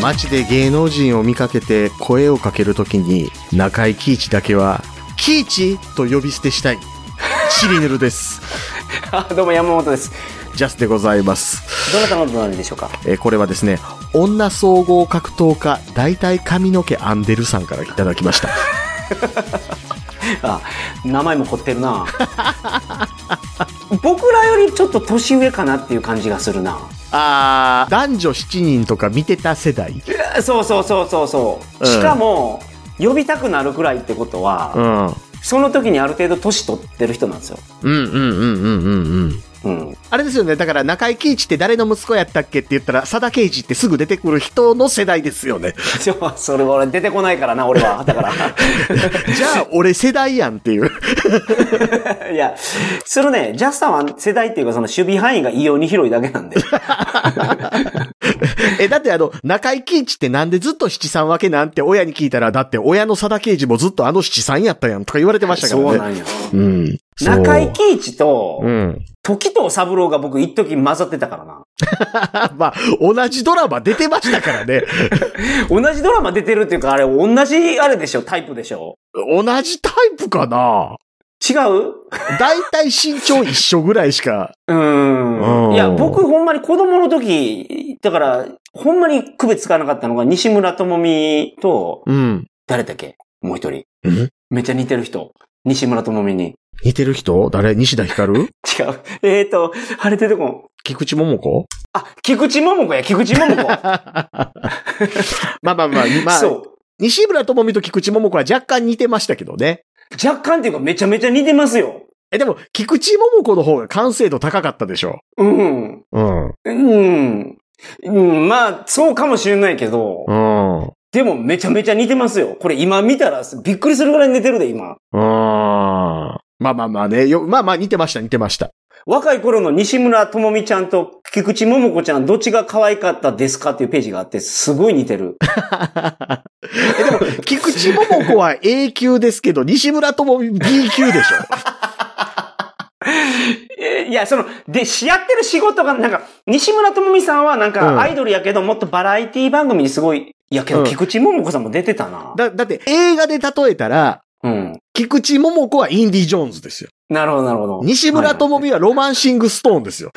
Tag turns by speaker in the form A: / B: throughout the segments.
A: 街で芸能人を見かけて声をかけるときに、中井貴一だけは、貴一と呼び捨てしたい。チリヌルです。
B: あどうも山本です
A: ジャスでございます。
B: どなたの隣でしょうか
A: えーこれはですね、女総合格闘家、大体髪の毛アンデルさんからいただきました。
B: あ名前も凝ってるな 僕らよりちょっと年上かなっていう感じがするな
A: あー、男女7人とか見てた世代
B: えそうそうそうそうそう、
A: うん
B: しかも呼びたくなるくらいってことは、
A: うん。うん
B: その時にある程度年取ってる人なんですよ
A: うんうんうんうんうん。
B: うん
A: あれですよね、だから中井貴一って誰の息子やったっけって言ったら、佐田圭一ってすぐ出てくる人の世代です よね。
B: そうそれは俺出てこないからな俺は だから
A: じゃあ、俺世代やんっていう。
B: いやそれねジャスさんは世代っていうかその守備範囲が異様に広いだけ なんで
A: え、だってあの、中井貴一ってなんでずっと七三わけなんて親に聞いたら、だって親の佐田圭一もずっとあの七三やったやんとか言われてましたからね。
B: そうなんよ
A: うん。そう
B: 中井貴一と、
A: うん。
B: 時藤三郎が僕一時混ざってたからな。
A: まあ、同じドラマ出てましたからね。
B: 同じドラマ出てるっていうか、あれ同じあれでしょ、タイプでしょ。
A: 同じタイプかな
B: 違う
A: だいたい身長一緒ぐらいしか。
B: うー
A: うん
B: ん。いや、僕ほんまに子供の時、だから、ほんまに区別つかなかったのが、西村智美と、
A: うん。
B: 誰だっけもう一人。
A: ん
B: めっちゃ似てる人。西村智美に。
A: 似てる人誰西田ひかる
B: 違う。 えーと、あれ出てこん。
A: 菊池桃 子
B: あ、菊池桃子や、菊池桃子。
A: まあまあまあ、 まあ、
B: そう。
A: 西村智美と菊池桃子は若干似てましたけどね。
B: 若干っていうか、めちゃめちゃ似てますよ。
A: え、でも、菊池桃子の方が完成度高かったでしょ。
B: うん。
A: うん。
B: うん。うん、まあ、そうかもしれないけど、
A: うん。
B: でもめちゃめちゃ似てますよ。これ今見たらびっくりするぐらい似てるで、今。
A: うん。まあまあまあね。よまあまあ似てました、似てました。
B: 若い頃の西村智美ちゃんと菊池桃子ちゃん、どっちが可愛かったですかっていうページがあって、すごい似 てる。
A: え、でも、菊池桃子は A 級ですけど、西村智美 B 級でしょ。
B: えいや、その、で、しやってる仕事が、なんか、西村智美さんはなん
A: うん
B: かアイドルやけど、もっとバラエティ番組にすごい、いやけ
A: う
B: ど
A: ん
B: 菊池桃子さんも出てたな。
A: だ、だって映画で例えたら、
B: うん。
A: 菊池桃子はインディ・ジョーンズですよ。
B: なるほど、なるほど。
A: 西村智美はロマンシング・ストーンですよ。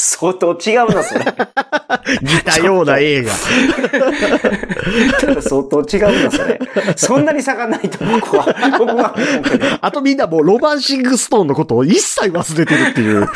B: 相当違うな、それ。
A: 似たような映画。
B: ただ相当違うんだ、それ。そんなに差がないと、僕は。 僕は思うけど。
A: あとみんなもうロマンシング・ストーンのことを一切忘れてるっていう。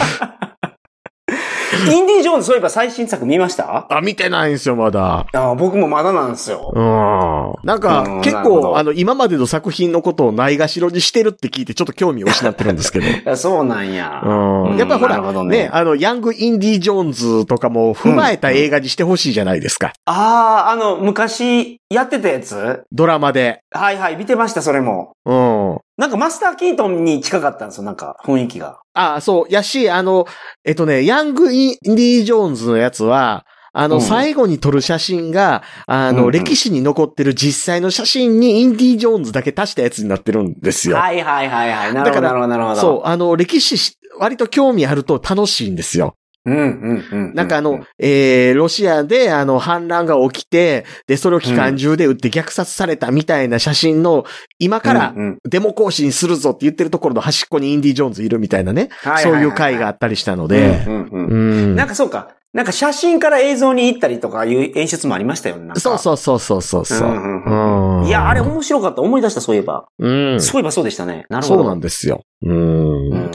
B: インディ・ジョーンズ、そういえば最新作見ました
A: あ、見てないんですよ、まだ。
B: ああ僕もまだなんですよ。
A: うん。なん
B: う
A: か
B: ん、
A: 結
B: なるほ
A: 構、
B: ど
A: あの、今までの作品のことをないがしろにしてるって聞いて、ちょっと興味を失ってるんですけど。
B: いやそうなんや。
A: うん。やっぱほ
B: な
A: ら、
B: るほど
A: ね
B: ね
A: あの、ヤング・インディ・ジョーンズとかも踏まえた映画にしてほしいじゃないですか。
B: ああ、あの、昔やってたやつ
A: ドラマで。
B: はいはい、見てました、それも。
A: うん。
B: なんかマスター・キートンに近かったんですよ、なんか雰囲気が。
A: ああ、そう。やし、あの、えっとね、ヤング・インディ・ジョーンズのやつは、あの、
B: うん
A: 最後に撮る写真が、あ
B: うん
A: の、
B: うん
A: 歴史に残ってる実際の写真にインディ・ジョーンズだけ足したやつになってるんですよ。
B: はいはいはいはい。なるほ
A: だか
B: ど、なるほど、なるほど。
A: そう。あの、歴史し、割と興味あると楽しいんですよ。
B: う。うん、うん、うん。
A: なんかあ
B: う
A: の、えー、ロシアであの反乱が起きて、で、それを機関銃で撃って虐殺されたみたいな写真の、今から
B: うんうん
A: デモ行進するぞって言ってるところの端っこにインディ・ジョーンズいるみたいなね、
B: はいは
A: そう
B: は
A: いう回があったりしたの
B: う
A: で、
B: ん、うん、
A: う
B: うん。
A: ん
B: なん。かそうか。なんか写真から映像に行ったりとかいう演出もありましたよね。なんか
A: そうそうそうそうそうそう。
B: うんうん
A: うん
B: いや、あれ、面白かった。思い出した、そういえば。
A: うん。
B: そういえばそうでしたね。なるほ
A: そ
B: ど。
A: うなん
B: だ。
A: ですよ。うん。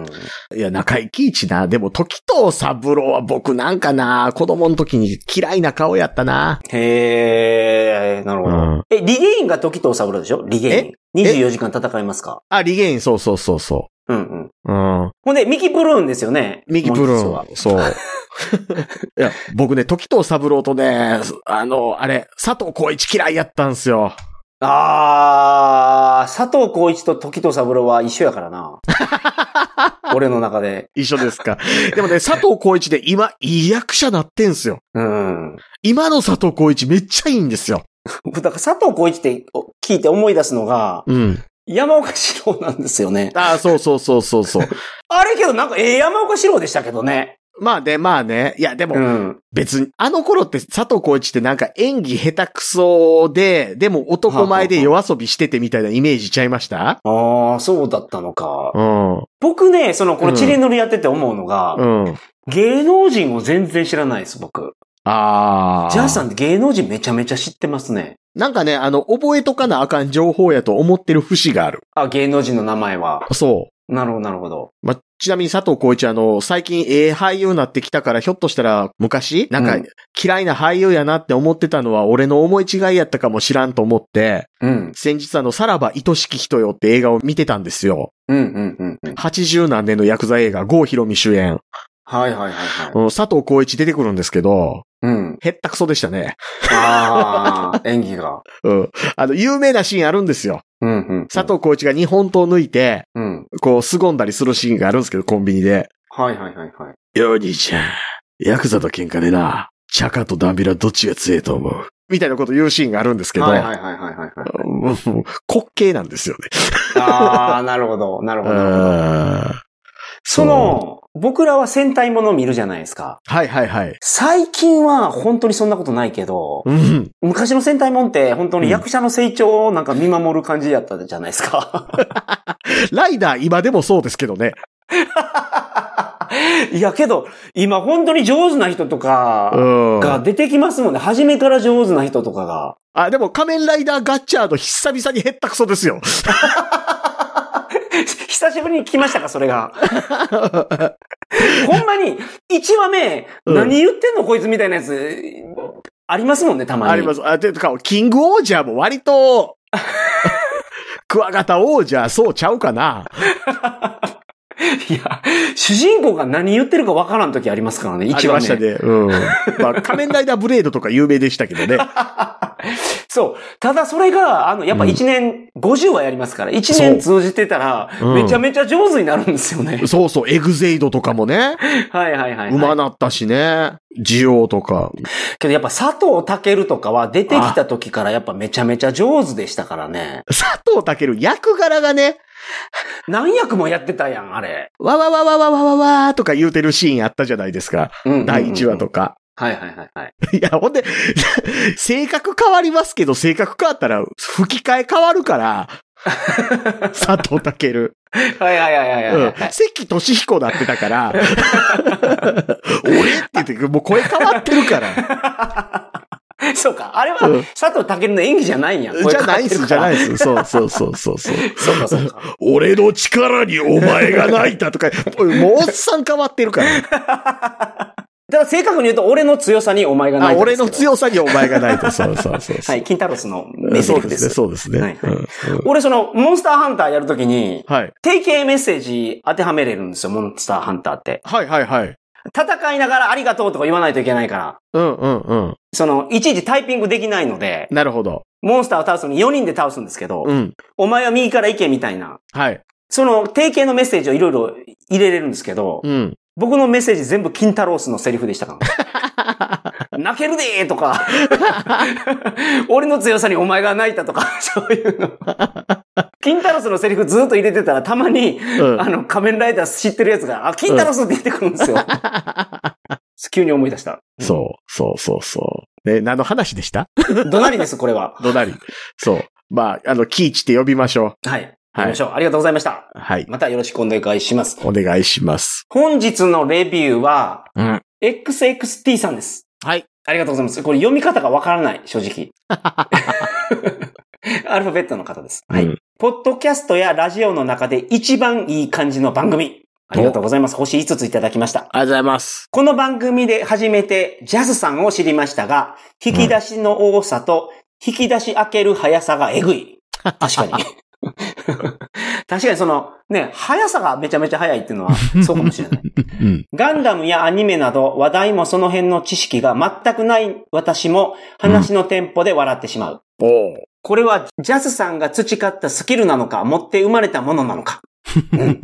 A: いや、中井貴一な。でも、時藤三郎は僕なんかな、子供の時に嫌いな顔やったな。
B: へえ、なるほど。
A: うん
B: え、リゲインが時藤三郎でしょリゲイン。
A: え
B: 24時間戦いますか
A: あ、リゲイン、そうそうそうそ
B: うんうん。
A: う。うん。
B: ほんで、ミキプルーンですよね。
A: 右プル
B: モンキーズは
A: ーン。そう。 いや、僕ね、時藤三郎とね、あの、あれ、佐藤浩一嫌いやったんすよ。
B: あー、佐藤浩一と時藤三郎は一緒やか らな。俺の中で。
A: 一緒ですか。でもね、佐藤浩一で今、いい役者なってんすよ。
B: うん。
A: 今の佐藤浩一めっちゃいいんですよ。
B: 僕、だから佐藤浩一ってお聞いて思い出すのが、
A: うん。
B: 山岡四郎なんですよね。
A: ああ、そうそうそうそうそう。
B: あれけど、なんか、ええ山岡四郎でしたけどね。
A: まあね、まあね。いや、でも、
B: うん。
A: 別に、あの頃って佐藤浩市ってなんか演技下手くそで、でも男前で夜遊びしててみたいなイメージちゃいました
B: ああ、そうだったのか。
A: うん。
B: 僕ね、その、
A: う
B: この
A: ん
B: チリヌルやってて思うのが、
A: うん。
B: 芸能人を全然知らないです、僕。
A: ああ。
B: ジャーさんって芸能人めちゃめちゃ知ってますね。
A: なんかね、あの、覚えとかなあかん情報やと思ってる節がある。
B: あ、芸能人の名前は。
A: そ
B: なるほど、なるほど。
A: う。まあ、ちなみに佐藤浩市あの、最近ええ俳優になってきたから、ひょっとしたら昔なん
B: う
A: か
B: ん
A: 嫌いな俳優やなって思ってたのは俺の思い違いやったかもしらんと思って、
B: うん。
A: 先日あの、さらば愛しき人よって映画を見てたんですよ。
B: うん、うん、うんうん。
A: 80何年のヤクザ映画、郷ひろみ主演。
B: はい、はい、はい、はい。
A: うん佐藤浩市出てくるんですけど、
B: うん。
A: へったくそでしたね。
B: ああ、演技が。
A: うん。あの、有名なシーンあるんですよ。
B: うん、うん。
A: 佐藤浩市が日本刀抜いて、
B: うん。
A: こう、凄んだりするシーンがあるんですけど、コンビニで。
B: はい、はい、はい、はい。
A: よ、兄ちゃん。ヤクザと喧嘩でな、チャカとダンビラどっちが強えと思うみたいなこと言うシーンがあるんですけど、
B: はい、はい、はい、はい、は
A: も
B: い。
A: うもう滑稽なんですよね。
B: ああ、なるほど、なるほど。
A: あ
B: その、僕らは戦隊もの見るじゃないですか。
A: ーはいはいはい。
B: 最近は本当にそんなことないけど、
A: うん。
B: 昔の戦隊もんって本当に役者の成長をなんか見守る感じやったじゃないですか。
A: ライダー今でもそうですけどね。
B: いやけど、今本当に上手な人と
A: う
B: か
A: ん。
B: が出てきますもんね。初めから上手な人とかが。
A: あ、でも仮面ライダーガッチャード久々にへったくそですよ。
B: 久しぶりに聞きましたか、そ れが。ほんまに、1話目、
A: うん
B: 何言ってんのこいつみたいなやつ、ありますもんね、たまに。
A: あります。あ、てか、キングオージャーも割と、クワガタ王者、そうちゃうかな。
B: いや、主人公が何言ってるかわからん時ありますからね、
A: あ
B: 一
A: り
B: 話
A: ま
B: 目。
A: したね。うん。 まあ、仮面ライダーブレードとか有名でしたけどね。
B: そう。ただそれが、あの、やっぱ
A: うん
B: 1年、50話やりますから、1年通じてたら、
A: うん
B: めちゃめちゃ上手になるんですよね。
A: そうそう、エグゼイドとかもね、
B: はいはいはい、
A: 馬
B: はい。
A: なったしね、ジオウとか。
B: けどやっぱ佐藤健とかは出てきた時からやっぱめちゃめちゃ上手でしたからね。
A: 佐藤健、役柄がね、
B: 何役もやってたやん、あれ。
A: わわわわわわわわーとか言うてるシーンあったじゃないですか。
B: うん
A: 第1話とか。
B: か。はいはいはいはい。
A: いや、ほんで、 性格変わりますけど、性格変わったら、吹き替え変わる から、佐藤健。
B: はいはいはいはいはい
A: うん
B: は。い。
A: 関俊彦だってたから、俺って言って、もう声変わってるから。
B: そうか。あれは
A: うん
B: 佐藤健の演技じゃないんや。。
A: じゃないんす、じゃないいんす。そうそうそうそうそう。
B: そうかそうか。
A: 俺の力にお前が泣いたとか、もうおっさん変わってるから。
B: だから正確に言うと、俺の強さにお前がない
A: あ
B: とで
A: 俺
B: すけ
A: の
B: ど。
A: 強さにお前が泣いた。そうそうそうそう。
B: はい、金太郎のメッセ
A: そ
B: ー
A: う
B: ジ
A: で
B: です
A: ね、
B: す。
A: そうですね。
B: はい
A: うんうん
B: 俺その、モンスターハンターやるときに、
A: はい。
B: 定型メッセージ当てはめれるんですよ、モンスターハンターって。
A: はいはいはい。
B: 戦いながらありがとうとか言わないといけないから、
A: うんうんうん。
B: その、いちいちタイピングできないので、
A: なるほど。
B: モンスターを倒すのに4人で倒すんですけど、
A: うん。
B: お前は右から行けみたいな。
A: はい。
B: その、定型のメッセージをいろいろ入れれるんですけど、
A: うん。
B: 僕のメッセージ全部金太郎スのセリフでし たから。泣けるでーとか、 俺の強さにお前が泣いたとか、そういう の。金太郎スのセリフずっと入れてたら、たまに、
A: うん
B: あの、仮面ライダー知ってるやつが、あ、金太郎スって言ってくるんですよ。急に思い出した。
A: そう、そうそうそう。ね、何の話でした
B: どなりです、これは。
A: どな り。そう。まあ、あの、キーチって呼びましょ
B: はい。
A: はい
B: 行きましょう。ありがとうございました。
A: う。はい。
B: またよろしくお願いします。
A: お願いします。
B: 本日のレビューは、
A: うん。
B: XXT さんです。
A: はい。
B: ありがとうございます。これ読み方がわからない、正 直。アルファベットの方です。はい。
A: うん
B: ポッドキャストやラジオの中で一番いい感じの番組。ありがとうございます。星5ついただきました。
A: ありがとうございます。
B: この番組で初めてジャズさんを知りましたが、引き出しの多さと引き出し開ける速さがえぐい。確かに。 確かにその、ね、速さがめちゃめちゃ速いっていうのは、そうかもしれない。
A: うん。
B: ガンダムやアニメなど話題もその辺の知識が全くない私も話のテンポで笑ってしまう。
A: おー
B: これはジャズさんが培ったスキルなのか、持って生まれたものなのか。 うん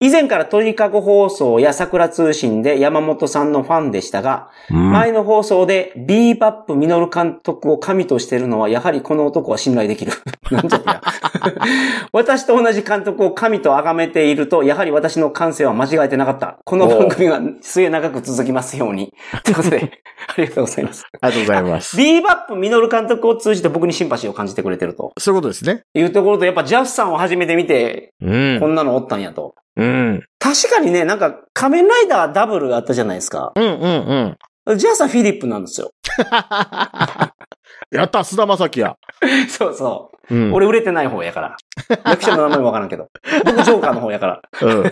B: 以前から鳥かご放送や桜通信で山本さんのファンでしたが、
C: うん
B: 前の放送でビーバップミノル監督を神としてるのは、やはりこの男は信頼できる。 なんじゃこりゃ私と同じ監督を神と崇めていると、やはり私の感性は間違えてなかった。この番組が末永く続きますよう に。ということで、ありがとうございます。
A: ありがとうございます。
B: ビーバップミノル監督を通じて僕にシンパシーを感じてくれてると
A: そういうことですね。
B: いうところと、やっぱジャフさんを初めて見て、
A: うん
B: こんなのおったんやと。
A: うん。
B: 確かにね、なんか仮面ライダーダブルがあったじゃないですか。
A: うんうんうん。
B: ジャフさんフィリップなんですよ。
A: やった、菅田将暉や。
B: そうそう。
A: うん
B: 俺売れてない方やから。役者の名前もわからんけど。僕ジョーカーの方やから。
A: うん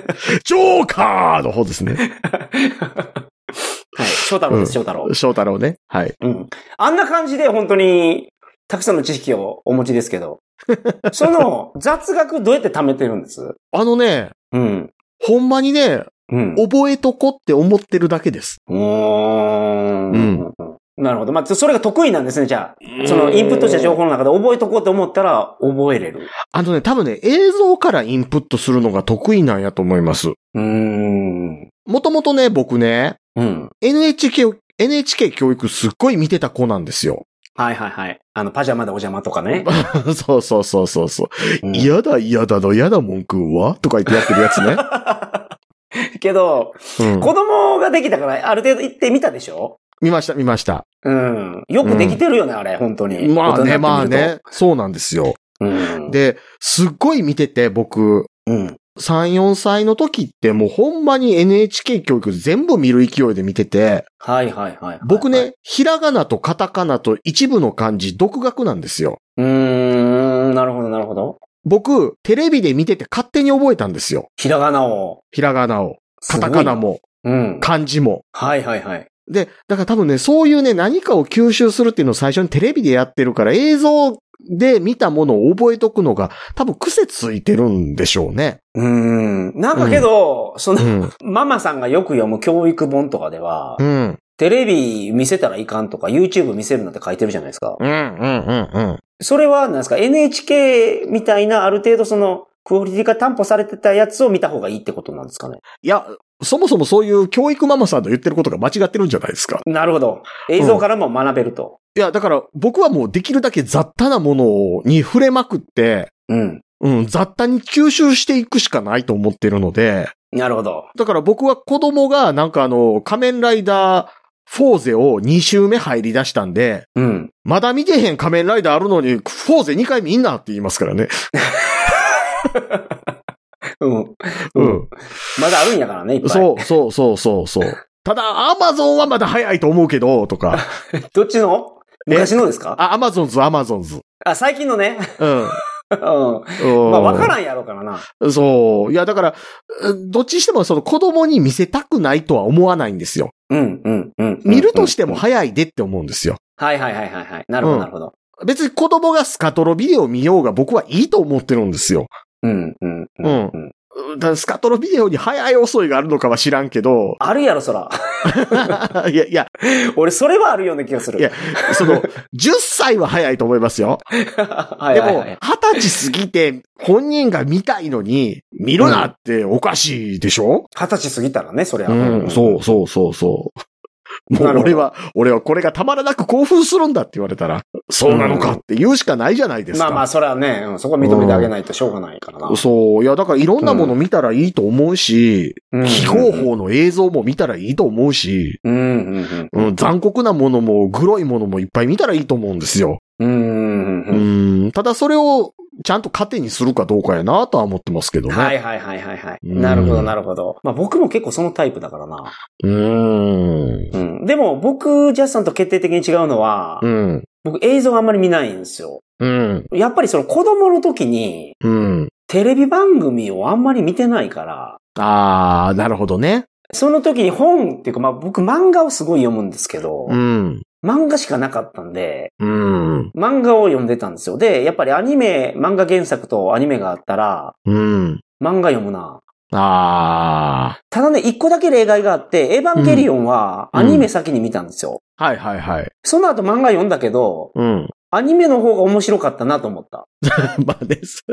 A: ジョーカーの方です ね。
B: はい。翔太郎です、翔太郎。
A: 翔太郎ね。はい。
B: うん。あんな感じで本当に、たくさんの知識をお持ちですけど。その雑学どうやって貯めてるんです
A: あのね、
B: うん。
A: ほんまにね、
B: うん。
A: 覚えとこって思ってるだけです。
B: おーなるほど。まあ、それが得意なんですね、じゃあ。その、インプットした情報の中で覚えとこうと思ったら、覚えれる。
A: あのね、多分ね、映像からインプットするのが得意なんやと思います。
B: うーん。
A: もともとね、僕ね、
B: うん。
A: NHK を、NHK 教育すっごい見てた子なんですよ。
B: はいはいはい。あの、パジャマでお邪魔とかね。
A: そうそうそうそうそう。
B: うん
A: 嫌だ嫌だの嫌だ文句はとか言ってやってるやつね。
B: けど、
A: うん
B: 子供ができたから、ある程度行ってみたでしょ
A: 見ました見ました。
B: うん。よくできてるよね、あれ、本当に。
A: まあね、
B: 大人に
A: ま
B: な
A: あ
B: ってみる
A: ね。そうなんですよ。
B: と。うん。
A: で、すっごい見てて、僕、
B: うん。
A: 3、4歳の時ってもうほんまに NHK 教育全部見る勢いで見てて、
B: はいはいはい。
A: 僕
B: はいはい。
A: ね、ひらがなとカタカナと一部の漢字独学なんですよ。
B: うーん、なるほどなるほど。
A: 僕、テレビで見てて勝手に覚えたんですよ。
B: ひらがなを。
A: ひらがなを、
B: す
A: カ
B: ご
A: タカ
B: い
A: ナ。も、
B: うん。
A: 漢字も。
B: はいはいはい。
A: で、だから多分ね、そういうね、何かを吸収するっていうのを最初にテレビでやってるから、映像で見たものを覚えとくのが、多分癖ついてるんでしょうね。
B: うーん。なんかけど、その
A: う、ん。
B: ママさんがよく読む教育本とかでは、
A: うん。
B: テレビ見せたらいかんとか、YouTube 見せるなって書いてるじゃないですか。
A: うん、うん、うん、
B: それは、なんですか ?NHK みたいな、ある程度その、クオリティが担保されてたやつを見た方がいいってことなんですかね。
A: いや、そもそもそういう教育ママさんの言ってることが間違ってるんじゃないですか。
B: なるほど。映像からも学べると。
A: いや、だから僕はもうできるだけ雑多なものに触れまくって、
B: うん。
A: うん、雑多に吸収していくしかないと思ってるので、
B: なるほど。
A: だから僕は子供がなんかあの、仮面ライダーフォーゼを2周目入り出したんで、
B: うん。
A: まだ見てへん仮面ライダーあるのに、フォーゼ2回見んなって言いますからね。
B: うん。うん。まだあるんやからね、いっぱい。
A: そう、そう、そう、そう、そう。ただ、アマゾンはまだ早いと思うけど、とか。
B: どっちの
A: え
B: 昔のですか
A: あ、アマゾンズ、アマゾンズ。
B: あ、最近のね。
A: うん。
B: うん。まあ、わからんやろうからな。
A: ん。そう。いや、だから、うんどっちにしてもその子供に見せたくないとは思わないんですよ。
B: うん、うん、うん。
A: 見るとしても
B: うん
A: 早いでって思うんですよ。
B: はいはいはいはいはい。なるほ
A: う
B: ど、
A: ん
B: なるほど。
A: 別に子供がスカトロビデオ見ようが僕はいいと思ってるんですよ。
B: うん、うん、う
A: うん
B: ん。、
A: うんだからスカトロビデオに早い遅いがあるのかは知らんけど
B: あるやろ、そら。
A: いやいや、
B: 俺、それはあるような気がする。
A: いやそ の、10歳は早いと思いますよ。
B: はい
A: で
B: はい
A: も、
B: はい
A: 20。歳過ぎて本人が見たいのに、見るなっておかしいでしょ、
B: 二十歳過ぎたらね、そりゃ。
A: うん、そうそうそうそう。もう
B: なるほど
A: 俺は、俺はこれがたまらなく興奮するんだって言われたら、そうなのかって言うしかないじゃないです
B: ま
A: か。
B: あまあ、それはね、うんそこは認めてあげないとしょうがないからな。
A: そう。いや、だからいろんなもの見たらいいと思うし、
B: うん
A: 非合法の映像も見たらいいと思うし、
B: うんうんう。
A: うんん、残酷なものも、グロいものもいっぱい見たらいいと思うんですよ。
B: うんうんうん。
A: うん。ただそれを、ちゃんと糧にするかどうかやなとは思ってますけどね。
B: はいはいはいはいはい。
A: うん
B: なるほどなるほど。まあ僕も結構そのタイプだからな。
A: うん。
B: うん。でも僕、ジャスさんと決定的に違うのは、
A: うん。
B: 僕映像あんまり見ないんですよ。
A: うん。
B: やっぱりその子供の時に、
A: うん。
B: テレビ番組をあんまり見てないから、
A: あー、なるほどね。
B: その時に本っていうか、まあ僕漫画をすごい読むんですけど、
A: うん。
B: 漫画しかなかったんで、
A: うん。
B: 漫画を読んでたんですよ。で、やっぱりアニメ、漫画原作とアニメがあったら、
A: うん。
B: 漫画読むな。
A: あ
B: ただね、一個だけ例外があって、エヴァンゲリオンは
A: うん
B: アニメ先に見たんですよ。
A: ー。はいはいはい。
B: その後漫画読んだけど、
A: うん。
B: アニメの方が面白かったなと思った。
A: まあです。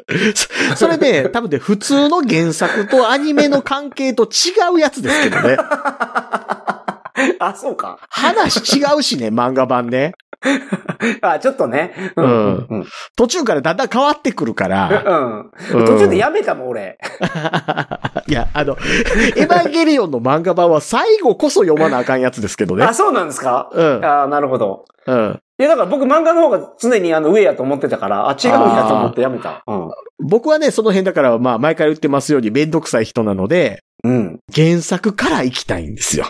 A: そそれね、多分ね、普通の原作とアニメの関係と違うやつですけどね。
B: あ、そうか。
A: 話違うしね、漫画版ね。
B: あ、ちょっとね。
A: うん
B: うん。
A: 途中からだんだん変わってくるから。
B: うん。
A: うん
B: 途中でやめたもん、俺。
A: いや、あの、エヴァンゲリオンの漫画版は最後こそ読まなあかんやつですけどね
B: あ、。そうなんですか
A: うん。
B: あなるほど。
A: うん。
B: いや、だから僕漫画の方が常にあの上やと思ってたから、あ、違うんやと思ってやめた。うん。
A: 僕はね、その辺だから、まあ、毎回言ってますように、めんどくさい人なので、
B: うん。
A: 原作から行きたいんですよ。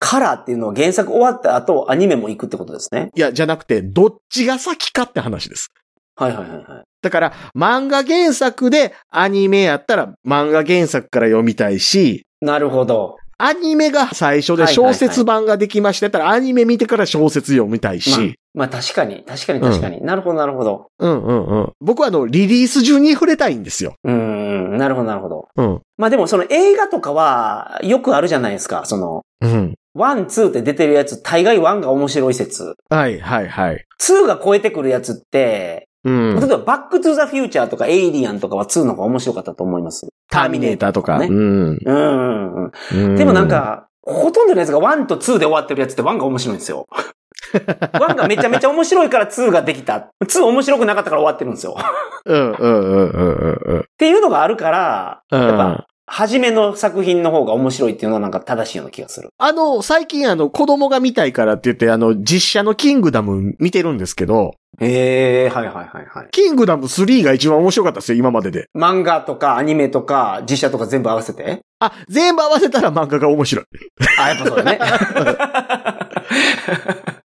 B: カラーっていうのは原作終わった後、アニメも行くってことですね。
A: いや、じゃなくて、どっちが先かって話です。
B: はいはいはいはい。
A: だから、漫画原作でアニメやったら、漫画原作から読みたいし、
B: なるほど。
A: アニメが最初で
B: はいはいは
A: 小
B: い
A: 説版ができましたやったら、アニメ見てから小説読みたい
B: まあ
A: し、、
B: まあ確かに、確かに確かに。なるほどなるほど。
A: うんうんうん。僕はあの、リリース中に触れたいんですよ。
B: うん、うんなるほどなるほど。
A: うん。
B: まあでもその映画とかは、よくあるじゃないですか。その、
A: うん。
B: ワン、ツーって出てるやつ、大概ワンが面白い説。
A: はいはいはい。
B: ツーが超えてくるやつって、
A: うん
B: 例え。ばバックトゥザフューチャーとかエイリアンとかはツーの方が面白かったと思います。
A: ターミネーターとか。
B: ね。
A: うん
B: うんうんうん。
A: うん
B: でもなん、か、ほとんどのやつが1と2で終わってるやつって1が面白いんです よ。1がめちゃめちゃ面白いから2ができた。2面白くなかったから終わってるんですよ。っ
A: うんうんうんうんうんうん。
B: ていうのがあるから、
A: うん
B: やっぱ、初めの作品の方が面白いっていうのはなんか正しいような気がする。
A: あの、最近あの、子供が見たいからって言って、あの、実写のキングダム見てるんですけど、
B: へえ、はいはいはいはい。
A: キングダム3が一番面白かったですよ、今までで。
B: 漫画とかアニメとか実写とか全部合わせて。
A: あ、全部合わせたら漫画が面白い。
B: あ、やっぱそうだね。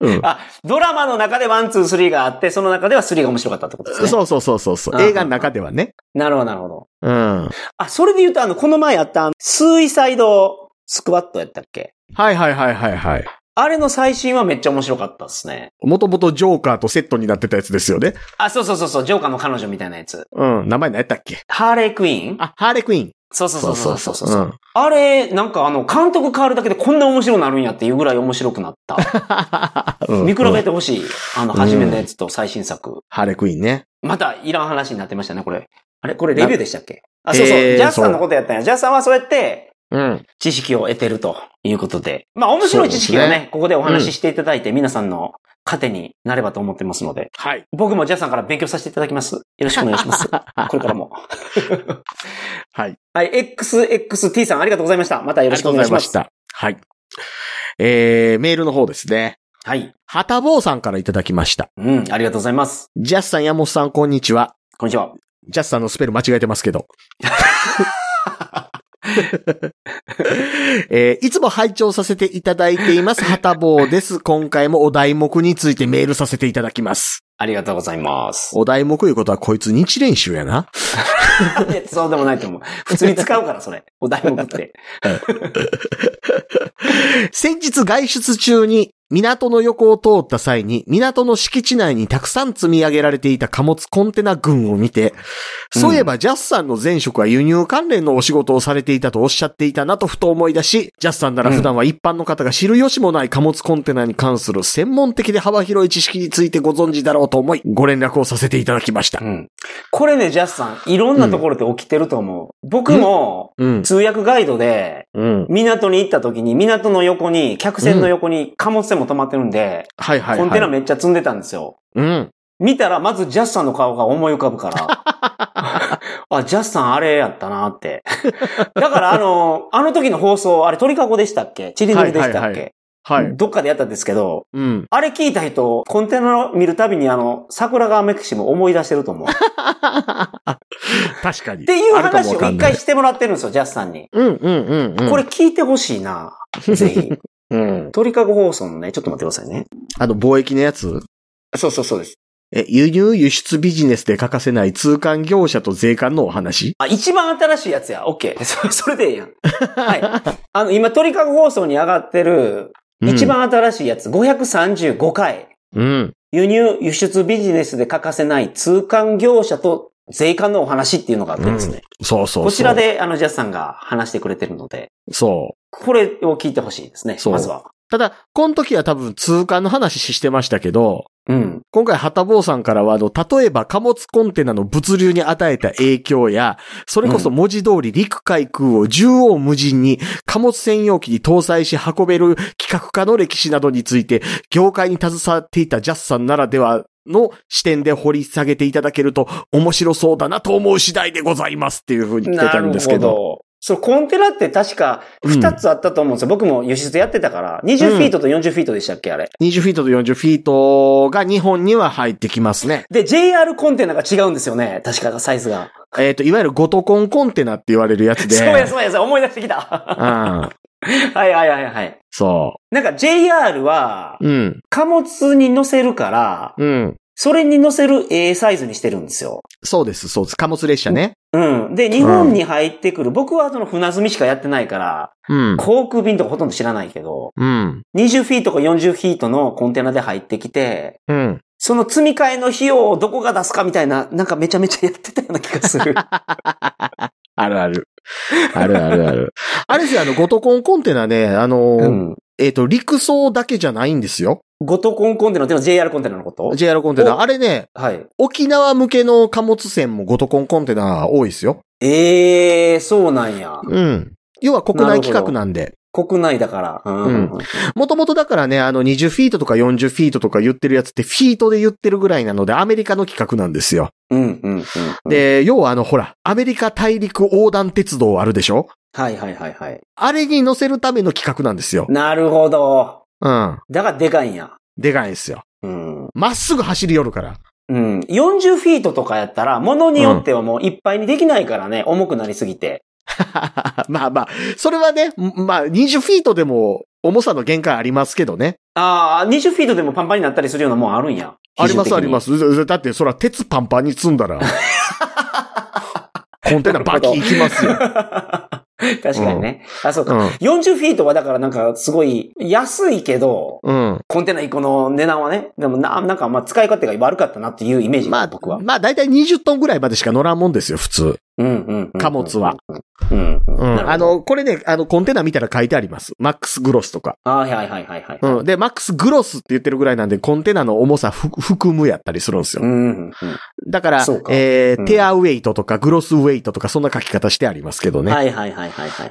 A: うん。
B: あ、ドラマの中で1、2、3があって、その中では3が面白かったってことですね。
A: そうそうそうそうそう。
B: あ
A: 映画の中ではね。
B: なるほど、なるほど。
A: うん。
B: あ、それで言うと、あの、この前やった、スーイサイドスクワットやったっけ
A: はいはいはいはいはい。
B: あれの最新はめっちゃ面白かったですね。
A: もともとジョーカーとセットになってたやつですよね。
B: あ、そうそうそうそう、ジョーカーの彼女みたいなやつ。
A: うん。名前何やったっけ
B: ハーレークイーン
A: あ、ハーレクイーン。
B: そうそうそうそうそうそうそう、
A: ん。
B: あれ、なんかあの、監督変わるだけでこんな面白くなるんやっていうぐらい面白くなった。
A: うん
B: 見比
A: う
B: べ
A: ん
B: てほしい。あの、初めのやつと最新作。
A: ハーレクイーンね。
B: また、いらん話になってましたね、これ。あれこれレビューでしたっけあ、そうそう。ジ
A: えー
B: ャスさんのことやったんや。ジャスさんはそうやって、
A: うん。
B: 知識を得てるということで。まあ、面白い知識を
A: そう
B: ね、
A: です
B: ここでお話ししていただいて、皆さんの糧になればと思ってますので。
A: はい。
B: 僕もジャスさんから勉強させていただきます。よろしくお願いし ます。これからも。
A: はい。
B: はい、XXT さんありがとうございました。また
A: あ
B: よ
A: り
B: ろ
A: が
B: しく
A: と
B: お
A: うござい
B: 願いし
A: ま
B: ま
A: し
B: す。
A: た。はい。えー、メールの方ですね。
B: はい。
A: はたぼうさんからいただきました。
B: うん、ありがとうございます。
A: ジャスさん、山本さん、こんにちは。
B: こんにちは。
A: ジャスさんのスペル間違えてますけ ど。えーいつも拝聴させていただいています。はたぼうです。今回もお題目についてメールさせていただきます。
B: ありがとうござい ます。
A: お題目いうことはこいつ日練習やな。
B: いやそうでもないと思う。普通に使うから、それ。お題目って。
A: 先日外出中に港の横を通った際に港の敷地内にたくさん積み上げられていた貨物コンテナ群を見て、そういえばジャスさんの前職は輸入関連のお仕事をされていたとおっしゃっていたなとふと思い出し、ジャスさんなら普段は一般の方が知る由もない貨物コンテナに関する専門的で幅広い知識についてご存知だろうと思い、ご連絡をさせていただきました
B: う。ん。これね、ジャスさん、いろんなところで起きてると思う。僕も、
A: うん。
B: 通訳ガイドで、
A: うん。
B: 港に行った時に、港の横に、客船の横に貨物船も止まってるんで、
A: はいはい、はい。
B: コンテナめっちゃ積んでたんですよ。
A: うん。
B: 見たら、まずジャスさんの顔が思い浮かぶ から。あ、ジャスさんあれやったなって。だから、あの、あの時の放送、あれ鳥かごでしたっけチリヌルでしたっけ、
A: はいはいははい。
B: どっかでやったんですけど、
A: うん。
B: あれ聞いた人、コンテナを見るたびに、あの、桜川メキシム思い出してると思う。っ
A: 確かに。って
B: いう話を一回
A: し
B: してもらってるんですよ、ジャスさんに。
A: うんうんうん、うん。
B: これ、聞いてほしいな。ぜひ。
A: うん。
B: 鳥かご放送のね、ちょっと待ってくださいね。
A: あの、貿易のやつ。
B: そうそうそうです。
A: え、輸入輸出ビジネスで欠かせない通関業者と税関のお話
B: あ、一番新しいやつや。オッ ケー。そそれでええやん。はい。あの、今、鳥かご放送に上がってる、一。番新しいやつ、535回。
A: うんうん。
B: 輸入、輸出ビジネスで欠かせない通関業者と税関のお話っていうのがあってですね。
A: そうそうそう。
B: こちら。で、あの、ジャスさんが話してくれてるので、
A: そ
B: これを聞いてほしいですね。
A: そう
B: まずは。
A: ただ、この時は多分通貨の話してましたけど、
B: うん。
A: 今回、旗坊さんからは、あの、例えば貨物コンテナの物流に与えた影響や、それこそ文字通り陸海空を縦横無尽に貨物専用機に搭載し運べる企画家の歴史などについて、業界に携わっていたジャスさんならではの視点で掘り下げていただけると面白そうだなと思う次第でございますっていうふうに来てたんですけど。
B: ど。そう、コンテナって確か2つあったと思うんですよ。僕も輸出やってたから。20フィートと40フィートでしたっけ、あれ。
A: 20フィートと40フィートが日本には入ってきますね。
B: で、JR コンテナが違うんですよね。確かサイズが。
A: えっ、と、いわゆるゴトコンコンテナって言われるやつで。
B: そうや、そうや、そうや思い出して きた。
A: うん。
B: はいはいはいはい。
A: そ
B: なんか JR は
A: う。うん。
B: 貨物に乗せるから、
A: うん。
B: それに乗せる A サイズにしてるんですよ。
A: そうです、そうです。貨物列車ね。
B: うん。で、日本に入ってくる、僕はその船積みしかやってないから、
A: うん。
B: 航空便とかほとんど知らないけど、
A: うん。
B: 20フィートか40フィートのコンテナで入ってきて、
A: うん。
B: その積み替えの費用をどこが出すかみたいな、なんかめちゃめちゃやってたような気が する。
A: あるある。 あるあるある。あれですよ、あの、ゴトコンコンテナね、あの、
B: うん。
A: えっ、と、陸送だけじゃないんですよ。
B: ゴトコンコンテナっていうのは JR コンテナのこと
A: JR コンテナ。
B: お
A: あれね、
B: はい。
A: 沖縄向けの貨物船もゴトコンコンテナ多いですよ。
B: ええー、そうなんや。
A: うん。要は国内企画なんで。
B: 国内だから。うん
A: うんもともとだからね、あの20フィートとか40フィートとか言ってるやつってフィートで言ってるぐらいなのでアメリカの企画なんですよ。
B: うん、うん、うん。、
A: で、要はあのほら、アメリカ大陸横断鉄道あるでしょ
B: はいはいはいはい。
A: あれに乗せるための企画なんですよ。
B: なるほど。
A: うん。
B: だからでかいんや。
A: でかいんですよ。
B: うん。
A: まっすぐ走り寄るから。
B: うん。40フィートとかやったら、ものによってはもういっぱいにできないからね、重くなりすぎて。
A: まあまあ、それはね、まあ20フィートでも重さの限界ありますけどね。
B: ああ、20フィートでもパンパンになったりするようなもんあるんや。。
A: ありますありますす。だってそら鉄パンパンに積んだ ら、コンテナバキ行きますよ。
B: 確かにね。あ、そう
A: う
B: か。40フィートはだからなんかすごい安いけど、
A: ん。うん。
B: コンテナ1個の値段はね、でもな、なんかまあ使い勝手が悪かったなっていうイメージ、
A: まあ、
B: 僕は。
A: まあ、だいたい20トンぐらいまでしか乗らんもんですよ、普通。
B: うんうんうん
A: 貨物は。
B: うん。うん
A: う
B: なるほ
A: ん。
B: ど
A: あの、これね、あの、コンテナ見たら書いてあります。マックスグロスとか。
B: あはいはいはいはいはい。
A: うん。で、マックスグロスって言ってるぐらいなんで、コンテナの重さふ含むやったりするんです
B: う
A: よ。
B: んうんうん。
A: だから
B: そう、か
A: えー、
B: うん
A: テアウェイトとか、グロスウェイトとか、そんな書き方してありますけどね。
B: はいはいはいはいはい。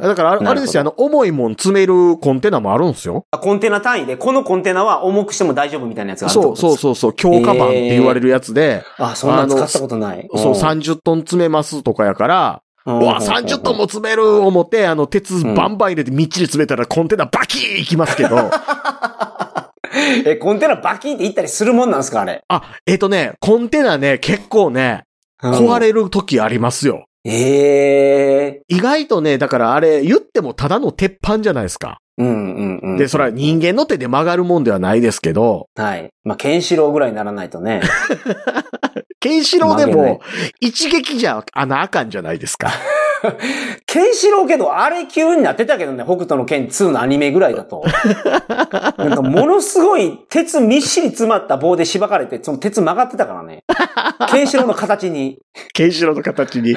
A: うん。だからあれ、
B: なるほど
A: あれですよ、あの、重いもん詰めるコンテナもあるんですよ。
B: あコンテナ単位で、このコンテナは重くしても大丈夫みたいなやつがある
A: そうそうそうそう、強化版って言われるやつで、
B: う。あ、そんなん使ったことない。
A: そう、30トン詰めますとかやから、
B: うん、
A: うわ、30トンも詰める思って、あの、鉄バンバン入れてみっちり詰めたらコンテナバキーいきますけ ど、
B: え、コンテナバキンって行ったりするもんなんですかあれ。
A: あ、えっ、とね、コンテナね、結構ね、壊れる時ありますよ。
B: うん。ええ
A: 意外とね、だからあれ、言ってもただの鉄板じゃないですか。
B: うんうんうん。
A: で、それは人間の手で曲がるもんではないですけど、
B: はい。まあ、ケンシロウぐらいにならないとね。
A: ケンシロウで
B: 曲げない
A: も、一撃じゃ穴あかんじゃないですか。
B: ケンシロウけど、あれ急になってたけどね、北斗の剣2のアニメぐらい だと。なんかものすごい鉄みっしり詰まった棒でしばかれて、その鉄曲がってたからね。ケンシロウの形に。
A: ケンシロウの形に。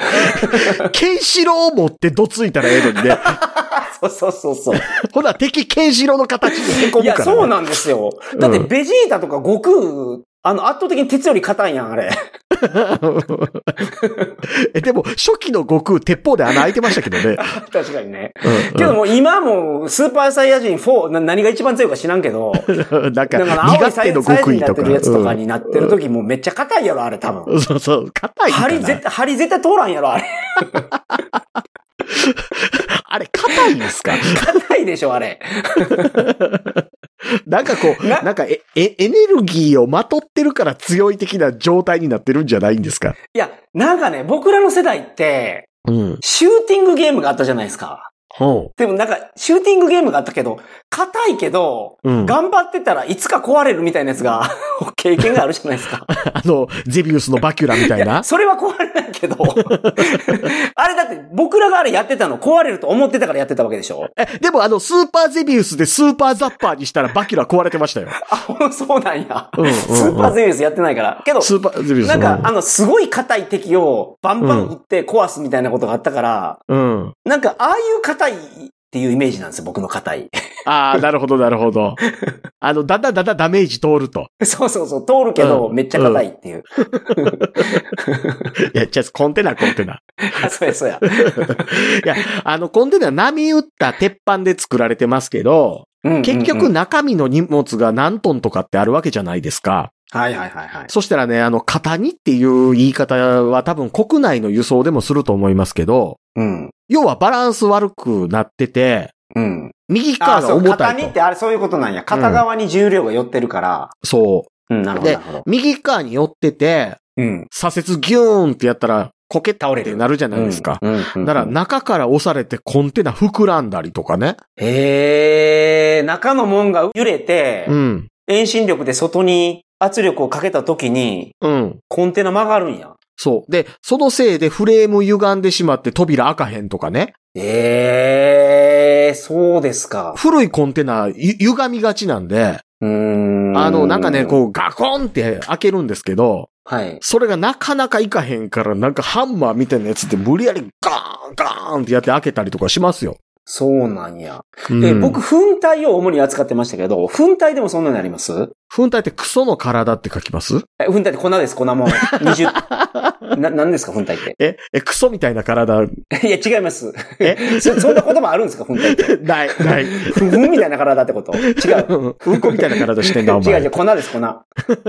A: ケンシロウを持ってどついたらええのにね。
B: そうそうそうそう。
A: ほな、敵ケンシロウの形にへこ
B: い
A: む
B: や、
A: から、
B: そうなんですよ。だって、
A: うん
B: ベジータとか悟空、あの、圧倒的に鉄より硬いやん、あれ。
A: え、でも、初期の悟空、鉄砲で穴開いてましたけどね。
B: 確かにね。
A: うん
B: けどもう今もスーパーサイヤ人4、な何が一番強いか知らんけど、
A: うんなんか、
B: だから
A: 苦
B: 青いサイ
A: 手
B: ヤ
A: の
B: 人サイ
A: 極
B: ヤ人に
A: 意
B: なっ
A: と
B: て
A: か。
B: るやつとか
A: う
B: になってる時もうめっちゃ硬いやろ、あれ多分。
A: んそうそう、硬いんか
B: 針
A: な
B: 絶。対、針絶対通らんやろ、あれ。
A: あれ、硬いんですか
B: 硬いでしょ、あれ。
A: なんかこう、
B: な
A: なんかえ、え、エネルギーをまとってるから強い的な状態になってるんじゃないんですか
B: いや、なんかね、僕らの世代って、
A: うん。
B: シューティングゲームがあったじゃないですか。
A: ほ
B: でもなんか、シューティングゲームがあったけど、硬いけど、
A: う。うん。あ
B: 頑張ってたらいつか壊れるみたいなやつが、 経験があるじゃないですか。
A: の、ゼビウスのバキュラみたいな。
B: それは壊れないけど。 あれだって僕らがあれやってたの壊れると思ってたからやってたわけでしょ
A: え、でもあの、スーパーゼビウスでスーパーザッパーにしたらバキュラ壊れてましたよ。
B: あ、そうなんや。
A: うんうんうん
B: スーパーゼビウスやってないから。けど、
A: スーパーゼビウス。
B: なんかあのすごい硬い敵をバンバン撃って壊すみたいなことがあったから、
A: うん。
B: なんかああいう硬いっていうイメージなんですよ、僕の硬い。
A: ああ、なるほど、なるほど。あの、だんだんだんだんダメージ通ると。
B: そうそうそう、通るけど、
A: うん
B: めっちゃ硬いっていう。
A: いや、じゃあコンテナ、コンテナ。
B: あ そう や、そうや。
A: いや、あの、コンテナ波打った鉄板で作られてますけど、
B: うんうんうん
A: 結局、中身の荷物が何トンとかってあるわけじゃないですか。
B: はいはいはいはい。
A: そしたらね、あの、型にっていう言い方は多分国内の輸送でもすると思いますけど、
B: うん。
A: 要はバランス悪くなってて、
B: うん。
A: 右側
B: あ、
A: が
B: そう、
A: 重
B: 片
A: た
B: に
A: い
B: っ
A: と。
B: てあれそういうことなんや。片側に重量が寄ってるから。
A: そ
B: うん、なるほど、
A: で
B: なるほど。
A: う。右側に寄ってて、
B: うん。
A: 左折ギューンってやったら、こけ倒れってなるじゃないですか。
B: うん。うんうん
A: だから中から押されてコンテナ膨らんだりとかね。
B: へえ、中の門が揺れて、
A: うん。
B: 遠心力で外に圧力をかけた時に、
A: うん。
B: コンテナ曲がるんや。
A: そう。で、そのせいでフレーム歪んでしまって扉開かへんとかね。
B: ええ、そうですか。
A: 古いコンテナ、ゆ歪みがちなんで、
B: うーん。
A: あの、なんかね、こうガコンって開けるんですけど、
B: う。はい。
A: それがなかなかいかへんから、なんかハンマーみたいなやつって無理やりガーンガーンってやって開けたりとかしますよ。
B: そうなんや。
A: うん
B: え、僕、粉体を主に扱ってましたけど、粉体でもそんなにあります
A: 粉体ってクソの体って書きます
B: え粉体って粉です、粉もん。20。な、何ですか、粉体って。
A: え、え、クソみたいな体、
B: いや、違います。
A: え
B: そ、そんな言葉あるんですか、粉体って。
A: ない、ない。
B: ふふんみたいな体ってこと違う。
A: うんうんこみたいな体してんだ、お
B: 違う違
A: 前
B: う、。粉です、粉。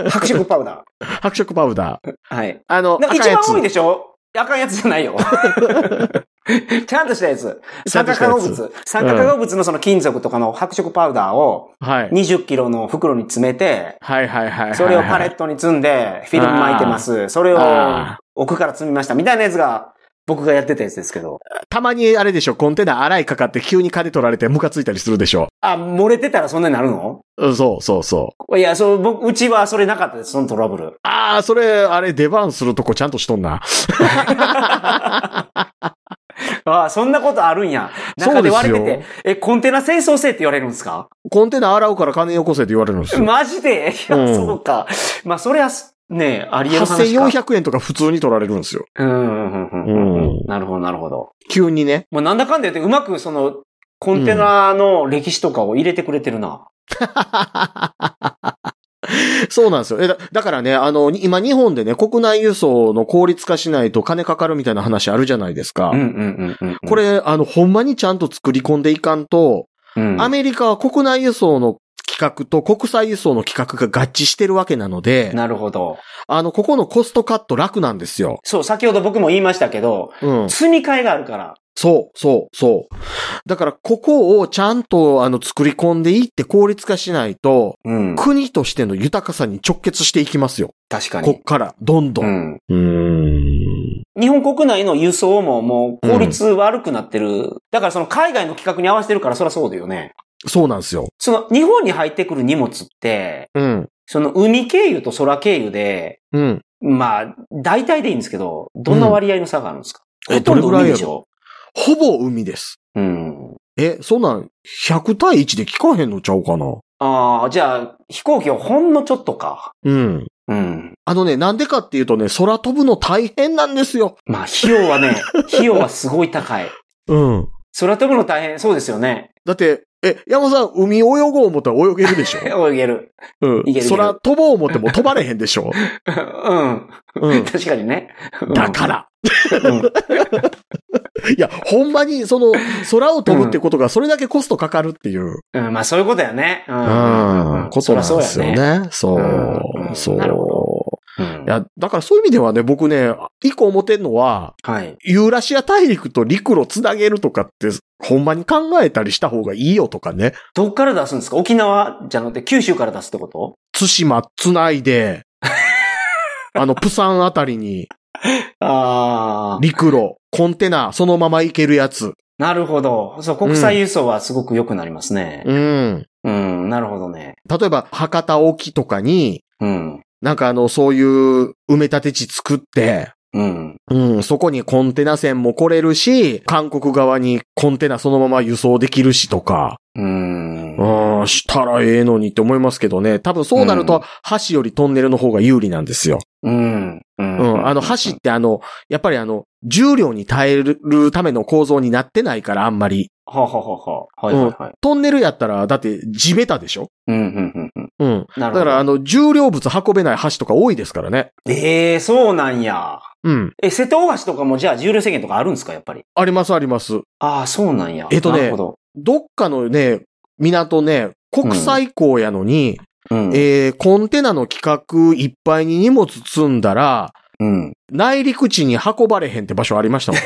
B: 白色パウダ
A: 白色パウダー。
B: ー。はい。
A: あの、
B: なん
A: 赤
B: か一
A: いや
B: 番
A: つ
B: 多いでしょあかんやつじゃないよ。 ちゃんとしたやつ。
A: ちゃ
B: 酸
A: んと
B: 化
A: した
B: 化
A: や
B: 合
A: つ
B: 物。酸化化合物のその金属とかの白色パウダーを
A: はい。
B: 20キロの袋に詰めて、
A: はいはいはいはい。
B: それをパレットに積んで、フィルム巻いてます。それを
A: あ
B: 奥から積みました。みたいなやつが、僕がやってたやつですけど。
A: たまにあれでしょ、コンテナ洗いかかって急に金取られてムカついたりするでしょ。
B: あ、漏れてたらそんなになるの
A: うんそうそうそう。
B: いや、そう、僕、うちはそれなかったです、そのトラブル。
A: ああ、それ、あれ出番するとこちゃんとしとんな。
B: あそんなことあるんや。
A: そう
B: 中
A: で
B: です
A: よ
B: 割れてて、え、コンテナ清掃せえって言われるんですか
A: コンテナ洗うから金よこせって言われるんですよ。
B: マジでいや、
A: うん
B: そうか。まあ、そりゃす、ねえ、ありえる話か。
A: 8400円とか普通に取られるんですよ。
B: うんうんうんうん
A: う
B: うん。なるほど、なるほど。
A: 急にね。
B: もうなんだかんだ言って、うまくその、コンテナの歴史とかを入れてくれてるな。
A: そうなんですよ。えだだからね、あの、に今日本でね、国内輸送の効率化しないと金かかるみたいな話あるじゃないですか。
B: うんうんうんうんうん。
A: こ、れ、あの、ほんまにちゃんと作り込んでいかんと、
B: うん、
A: アメリカは国内輸送の企画と国際輸送の企画が合致してるわけなので、
B: なるほど。
A: あの、ここのコストカット楽なんですよ。
B: そう、先ほど僕も言いましたけど、
A: うん。
B: 積み替えがあるから。
A: そう、そう、そう。だから、ここをちゃんと、あの、作り込んでいって効率化しないと、
B: うん。
A: 国としての豊かさに直結していきますよ。
B: 確か
A: こ
B: に
A: っ。から、どんど。
B: うんん。
A: うん。
B: 日本国内の輸送ももう効率悪くなってる。だからその海外の企画に合わせてるからそりゃそうだよね。
A: そうなんですよ。
B: その日本に入ってくる荷物って、
A: うん。
B: その海経由と空経由で、
A: うん。
B: まあ、大体でいいんですけど、どんな割合の差があるんですか、
A: うんえ
B: ほとんど
A: どれぐらい
B: 海
A: やろ
B: でしょ
A: ほぼ海です。
B: うん。
A: え、そんなん、100対1で聞かへんのちゃうかな
B: ああ、じゃあ、飛行機をほんのちょっとか。
A: うん。
B: うん。
A: あのね、なんでかっていうとね、空飛ぶの大変なんですよ。
B: まあ、費用は ね、費用はすごい高い。
A: うん。
B: 空飛ぶの大変、そうですよね。
A: だって、え、山さん、海泳ごう思ったら泳げるでしょ
B: え泳げる。
A: うん
B: いけるいける
A: 空飛ぼう思っても飛ばれへんでしょ
B: うん。
A: うん。
B: 確かにね。
A: だから。
B: ら。うん
A: いや、ほんまに、その、空を飛ぶってことが、それだけコストかかるっていう。
B: うん、まあ、そういうことやね。う。
A: うんことなんですよ
B: そりゃそうや。
A: ね。そう
B: うんう。ん
A: そう。
B: なるほうん
A: いや、だからそういう意味ではね、僕ね、一個思ってんのは、
B: はい。
A: ユーラシア大陸と陸路つなげるとかって、ほんまに考えたりした方がいいよとかね。
B: どっから出すんですか沖縄じゃなくて、九州から出すってこと
A: 津島つないで、あの、プサンあたりに、
B: ああ。
A: 陸路、コンテナ、そのまま行けるやつ。
B: なるほど。そう、国際輸送はすごく良くなりますね。
A: うん。
B: うん、なるほどね。
A: 例えば、博多沖とかに、
B: うん。
A: なんかあの、そういう埋め立て地作って、
B: うん。
A: うん、そこにコンテナ船も来れるし、韓国側にコンテナそのまま輸送できるしとか、
B: うーん。
A: ああ、したらええのにって思いますけどね。多分そうなる
B: う
A: と、箸よりトンネルの方が有利なんですよ。
B: うん。う
A: うん。あの、箸ってあの、やっぱりあの、重量に耐えるための構造になってないから、あんまり。
B: はははは。はいはいはい。
A: トンネルやったら、だって地べたでしょ
B: うん、うん、うんうん。
A: うん。だ
B: なるほ
A: か
B: ど。
A: らあの、重量物運べない箸とか多いですからね。
B: ええそうなんや。
A: うん。
B: え、瀬戸大橋とかもじゃあ重量制限とかあるんですかやっぱり。
A: ありますあります。
B: ああ、そうなんや。
A: えっとね
B: なるほど。
A: どっかのね、港ね、国際港やのに、
B: うん。
A: えー、コンテナの規格いっぱいに荷物積んだら、
B: うん。
A: 内陸地に運ばれへんって場所ありましたもん。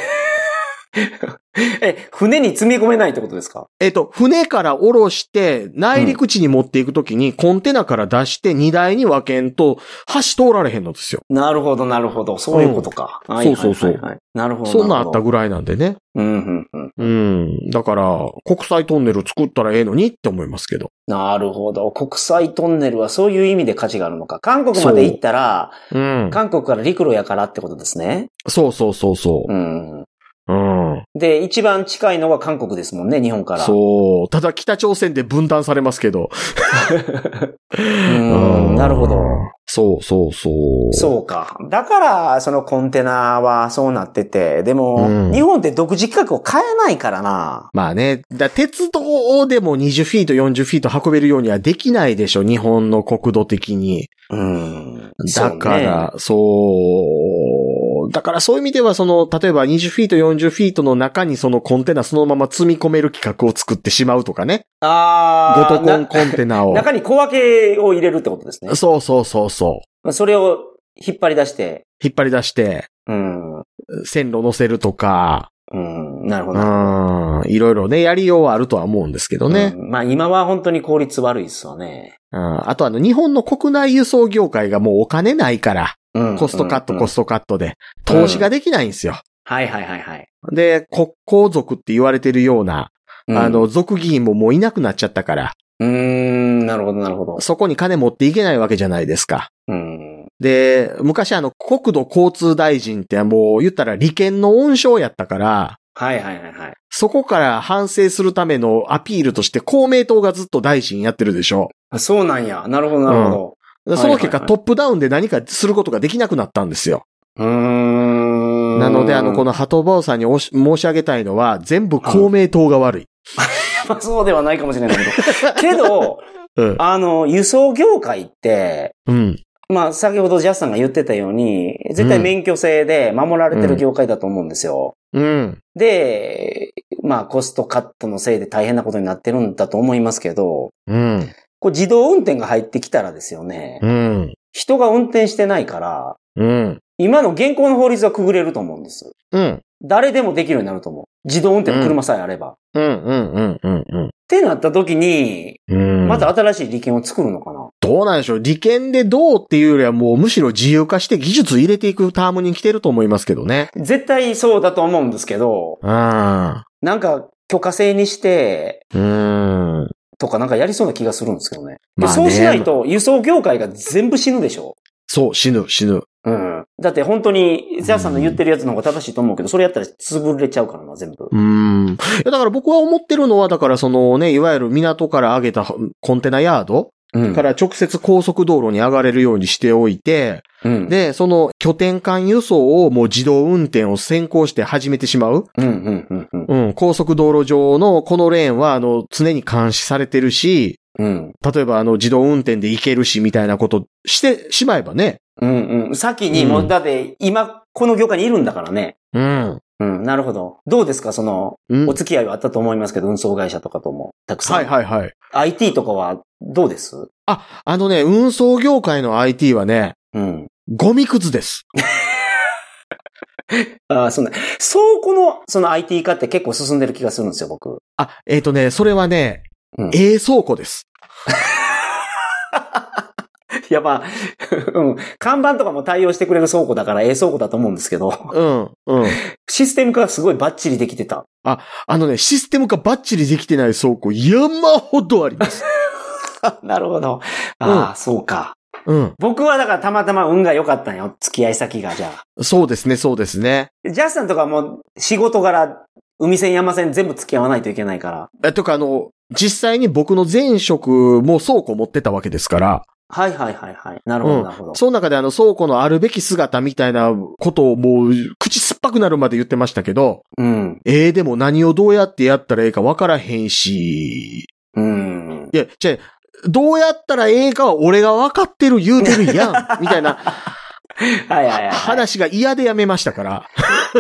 B: え、船に積み込めないってことですか
A: えっと、船から降ろして、内陸地に持っていくときに、コンテナから出して荷台に分けんと、橋通られへんのですよ。
B: なるほど、なるほど。そういうことか。
A: ん
B: はいはいはい
A: そうそう
B: はい。なるほど。
A: そんなんあった
B: る
A: ぐ
B: ほ
A: らいなんでね。
B: どうん、うん、うん。
A: うん。だから、国際トンネル作ったらええのにって思いますけど。
B: なるほど。国際トンネルはそういう意味で価値があるのか。韓国まで行ったら、
A: うん。
B: 韓国から陸路やからってことですね。
A: そうそうそうそうう。
B: ん。
A: うん。
B: で、一番近いのが韓国ですもんね、日本から。
A: そう。ただ北朝鮮で分断されますけど。
B: ん
A: うん
B: なるほど。
A: そうそうそう。
B: そうか。だから、そのコンテナはそうなってて、でも、
A: うん
B: 日本って独自規格を変えないからな。
A: まあね、だ鉄道でも20フィート、40フィート運べるようにはできないでしょ、日本の国土的に。
B: うん。
A: だから、そう,、だからそういう意味では、その、例えば20フィート、40フィートの中にそのコンテナそのまま積み込める企画を作ってしまうとかね。
B: あ
A: ゴ
B: あ
A: トコンコンテナを。
B: 中に小分けを入れるってことですね。
A: そうそうそうそう。
B: まあそれを引っ張り出して、
A: 引っ張り出して、
B: うん。う
A: 線路乗せるとか、
B: ん。なるほ
A: う
B: ど。
A: ん、いろいろね、やりようはあるとは思うんですけどね。
B: うんまあ今は本当に効率悪いっすわね。
A: うん、あとあの、日本の国内輸送業界がもうお金ないから、
B: うん
A: コストカット、
B: うん
A: コストカットで、投資ができないんですよ。
B: はいはいはいはい。
A: で、国交族って言われてるような、
B: うん
A: あ、の、族議員ももういなくなっちゃったから、
B: うーん、なるほどなるほど。
A: そこに金持っていけないわけじゃないですか。
B: うん。
A: で、昔あの、国土交通大臣ってもう言ったら利権の温床やったから、
B: はいはいはいはい。
A: そこから反省するためのアピールとして公明党がずっと大臣やってるでしょ。
B: あそうなんや。なるほどなるほど。
A: でその結
B: はいはい
A: 果
B: はい
A: トップダウンで何かすることができなくなったんですよ。
B: うーん
A: なのであの、こ
B: の、
A: の鳩坊さんにおし申し上げたいのは、全部公明党が悪い。
B: まあそうではないかもしれないけど。け ど、
A: うん。
B: あの、輸送業界って、
A: うん。
B: まあ、先ほどジャスさんが言ってたように、絶対免許制で守られてる業界だと思うんですよ。
A: うん。
B: で、まあ、コストカットのせいで大変なことになってるんだと思いますけど、
A: うん。
B: こう自動運転が入ってきたらですよね、
A: うん。
B: 人が運転してないから、
A: うん。
B: 今の現行の法律はくぐれると思うんです。
A: うん。
B: 誰でもできるようになると思う。自動運転の車さえあれば。っ
A: うん。うん。うん。
B: てなった時に、
A: うん。
B: また、新しい利権を作るのかな、
A: どうなんでしょう利権でどうっていうよりはもうむしろ自由化して技術入れていくタームに来てると思いますけどね。
B: 絶対そうだと思うんですけど、
A: うん。
B: なんか許可制にして、
A: うん。
B: とかなんかやりそうな気がするんですけどね。
A: ま
B: で
A: あね
B: そうしないと輸送業界が全部死ぬでしょ
A: そう、死ぬ、死ぬ。
B: うん。だって本当に、ゼアさんの言ってるやつの方が正しいと思うけど、それやったら潰れちゃうからな、全部。
A: うん。いや、だから僕は思ってるのは、だからそのね、いわゆる港から上げたコンテナヤード
B: うん
A: から直接高速道路に上がれるようにしておいて、
B: うん、
A: で、その拠点間輸送をもう自動運転を先行して始めてしまう
B: うん、うん、うん、うん。
A: うん、高速道路上のこのレーンは、あの、常に監視されてるし、
B: うん、
A: 例えばあの、自動運転で行けるし、みたいなことしてしまえばね。
B: うん、うん。先に、も
A: う
B: う、
A: ん
B: だって今、この業界にいるんだからね。
A: うん。
B: うん、なるほど。どうですか、その、
A: うん
B: お付き合いはあったと思いますけど、運送会社とかとも、たくさん。
A: はいはいはい。
B: IT とかは、どうです
A: あ、あのね、運送業界の IT はね、
B: うん。
A: ゴミくずです。
B: ああ、そうね。倉庫の、その IT 化って結構進んでる気がするんですよ、僕。
A: あ、えっ、とね、それはね、
B: うん
A: A 倉庫です。
B: やっぱ、 うん。看板とかも対応してくれる倉庫だから、ええ倉庫だと思うんですけど、
A: うん、うん。
B: システム化がすごいバッチリできてた。
A: あのね、システムがバッチリできてない倉庫、山ほどあります。
B: なるほど。ああ、そうか。
A: うん。
B: 僕はだからたまたま運が良かったんよ、付き合い先が、じゃあ。
A: そうですね、そうですね。
B: ジャスさんとかも仕事柄海線山線全部付き合わないといけないから。
A: え、とかあの、実際に僕の前職も倉庫持ってたわけですから、
B: はいはいはいはい。なるほ
A: う
B: ど
A: ん
B: なるほど。
A: その中であの倉庫のあるべき姿みたいなことをもう口酸っぱくなるまで言ってましたけど、
B: うん。
A: ええでも何をどうやってやったらええかわからへんし、
B: うん。
A: いや、じゃどうやったらええかは俺が分かってる言うてる やん、みたいな
B: はいはいはい。
A: 話が嫌でやめましたから。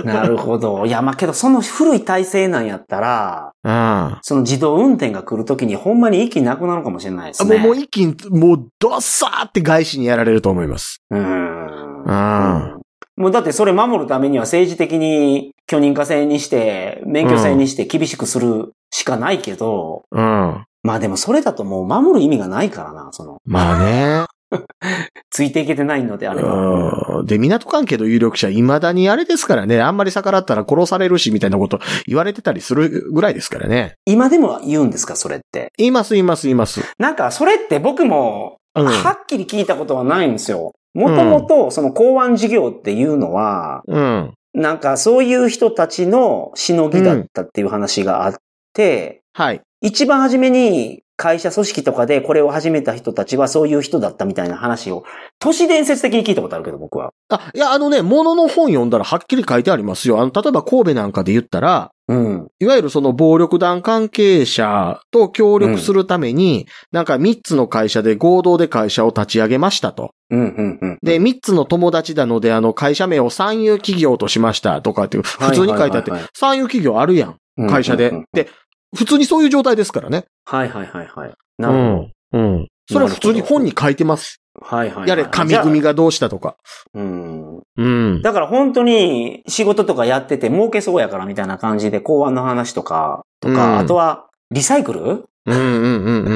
B: なるほど。いや、まあ、けど、その古い体制なんやったら、
A: あ
B: その自動運転が来るときに、ほんまに息なくなるかもしれないで
A: あ
B: す
A: も
B: ね。
A: う、もう一気に、もう、どっさーって外資にやられると思います。
B: うーん。
A: あ
B: もうだってそれ守るためには政治的に許認可制にして、免許制にして厳しくするしかないけど、
A: うん。
B: まあでもそれだともう守る意味がないからな、その、
A: まあね。
B: ついていけてないのであれば。
A: うんで、港関係の有力者、未だにあれですからね、あんまり逆らったら殺されるし、みたいなこと言われてたりするぐらいですからね。
B: 今でも言うんですか、それって。
A: います、います、います。
B: なんかそれって僕も、
A: うん。
B: はっきり聞いたことはないんですよ。もともと、その港湾事業っていうのは、
A: うん。
B: なんかそういう人たちのしのぎだったっていう話があって、
A: はい。
B: 一番初めに会社組織とかでこれを始めた人たちはそういう人だったみたいな話を、都市伝説的に聞いたことあるけど、僕は。
A: あ、いや、あのね、ものの本読んだらはっきり書いてありますよ。あの、例えば神戸なんかで言ったら、
B: うん。
A: いわゆるその暴力団関係者と協力するために、なんか3つの会社で合同で会社を立ち上げましたと。
B: うん、うん、うん。
A: で、3つの友達なので、あの、会社名を産油企業としましたとかっていう、普通に書いてあって
B: はいはいはいはい、
A: 産油企業あるやん、会社で
B: うんうんうん。
A: で、普通にそういう状態ですからね。
B: はいはいはいはい。
A: う
B: なるほど。。
A: うん。それは普通に本に書いてます。
B: はいはいはい。
A: やれ、神組
B: が。
A: がどうしたとか。
B: うん。
A: うん。
B: だから本当に仕事とかやってて儲けそうやからみたいな感じで公安の話とか、とか、
A: うん
B: あとはリサイクル
A: うんうんうんうんう